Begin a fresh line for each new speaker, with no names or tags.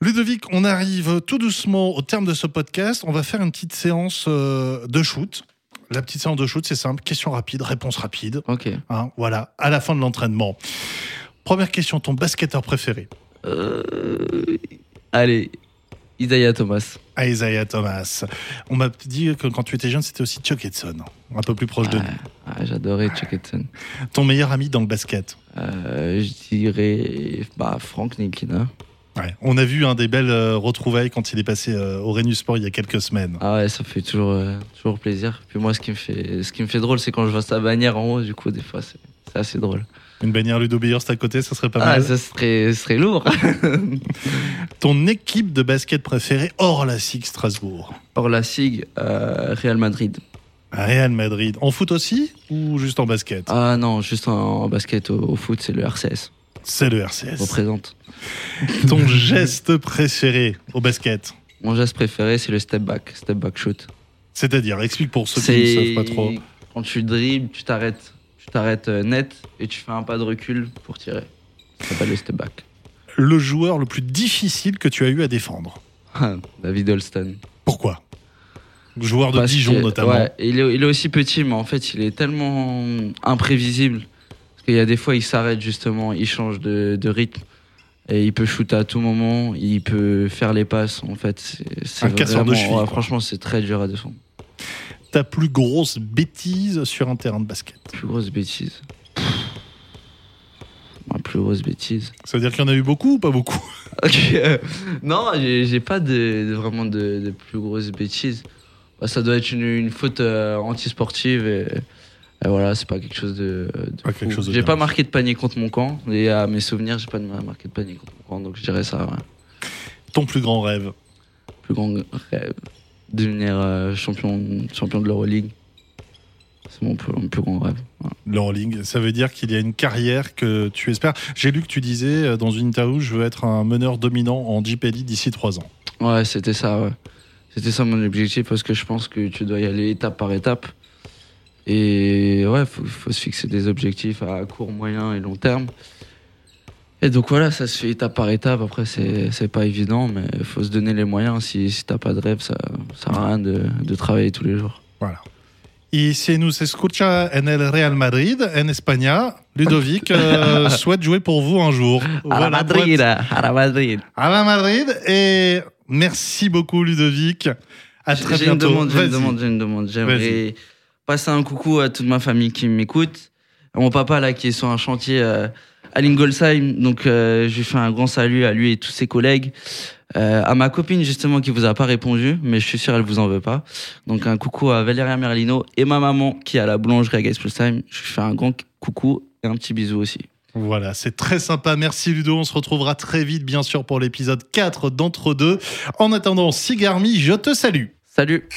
Ludovic, on arrive tout doucement au terme de ce podcast. On va faire une petite séance euh, de shoot. La petite séance de shoot, c'est simple. Question rapide, réponse rapide.
Ok.
Hein, voilà, à la fin de l'entraînement. Première question, ton basketteur préféré
Euh, Allez, Isaiah Thomas.
à Isaiah Thomas. On m'a dit que quand tu étais jeune, c'était aussi Chuck Edson, un peu plus proche de nous.
Ah, J'adorais Chuck Edson.
Ton meilleur ami dans le basket
Euh, je dirais bah, Frank Nikina.
Ouais. On a vu un des belles euh, retrouvailles quand il est passé euh, au Renus Sport il y a quelques semaines.
Ah ouais, ça fait toujours, euh, toujours plaisir. Puis moi, ce qui me fait, ce qui me fait drôle, c'est quand je vois sa bannière en haut, du coup, des fois, c'est c'est assez drôle.
Une bannière Ludo Beerst à côté, ça serait pas
Ah,
mal.
ça serait, ce serait lourd.
Ton équipe de basket préférée hors la SIG Strasbourg
Or, la SIG, euh, Real Madrid.
Real Madrid. En foot aussi ou juste en basket
Ah non, juste en, en basket, au, au foot, c'est le RCS.
C'est le RCS.
Représente.
Ton geste préféré au basket
Mon geste préféré, c'est le step back, step back shoot.
C'est-à-dire, explique pour ceux qui ne
C'est
savent pas trop.
Quand tu dribbles, tu t'arrêtes, tu t'arrêtes euh, net et tu fais un pas de recul pour tirer. Ça s'appelle le step back.
Le joueur le plus difficile que tu as eu à défendre
David Holston.
Pourquoi Joueur de
Parce
Dijon
que-
notamment.
ouais, il, est, il est aussi petit, mais en fait, il est tellement imprévisible. Parce qu'il y a des fois, il s'arrête justement, il change de, de rythme. Et il peut shooter à tout moment, il peut faire les passes. En fait, c'est- c'est
Un casseur de
vraiment-
cheville,
ouais,
quoi.
franchement, c'est très dur à défendre.
Ta plus grosse bêtise sur un terrain de basket
Plus grosse bêtise. Pff. Ma plus grosse bêtise.
Ça veut dire qu'il y en a eu beaucoup ou pas beaucoup
Ok, euh, non, j'ai j'ai pas de, de- vraiment de, de plus grosses bêtises. Bah, ça doit être une, une faute euh, antisportive. Et, et voilà, c'est pas quelque chose de. de
Pas quelque
fou.
chose de
j'ai pas
grave.
marqué de panier contre mon camp. Et à mes souvenirs, j'ai pas de- marqué de panier contre mon camp. Donc je dirais ça, ouais.
Ton plus grand rêve
Plus grand rêve. Devenir euh, champion, champion de l'Euroleague. C'est mon plus, mon plus grand rêve. ouais.
L'Euroleague, ça veut dire qu'il y a une carrière que tu espères. J'ai lu que tu disais euh, dans une interview, je veux être un meneur dominant en JPD d'ici trois ans.
Ouais, c'était ça, ouais. C'était ça mon objectif parce que je pense que tu dois y aller étape par étape. Et ouais, faut, faut se fixer des objectifs à court, moyen et long terme. Et donc voilà, ça se fait étape par étape. Après, c'est c'est pas évident, mais faut se donner les moyens. Si, si t'as pas de rêve, ça, ça sert à rien de, de travailler tous les jours.
Voilà. Y si nous escucha en el Real Madrid, en España, Ludovic euh, souhaite jouer pour vous un jour.
à la
Voilà, pour
Madrid, à la Madrid.
être- À la Madrid. Et merci beaucoup, Ludovic. À très
J'ai une
bientôt.
demande, j'ai
Vas-y.
une demande, j'ai une demande. J'aimerais
Vas-y.
passer un coucou à toute ma famille qui m'écoute. À Mon papa, là, qui est sur un chantier euh, à Lingolsheim. Donc, euh, je lui fais un grand salut à lui et tous ses collègues. Euh, à ma copine, justement, qui vous a pas répondu, mais je suis sûr elle vous en veut pas. Donc, un coucou à Valéria Merlino et ma maman, qui est à la boulangerie à Geispolsheim. Je lui fais un grand coucou et un petit bisou aussi.
Voilà, c'est très sympa. Merci Ludo. On se retrouvera très vite, bien sûr, pour l'épisode 4 d'Entre deux. En attendant, Sigarmi, je te salue.
Salut!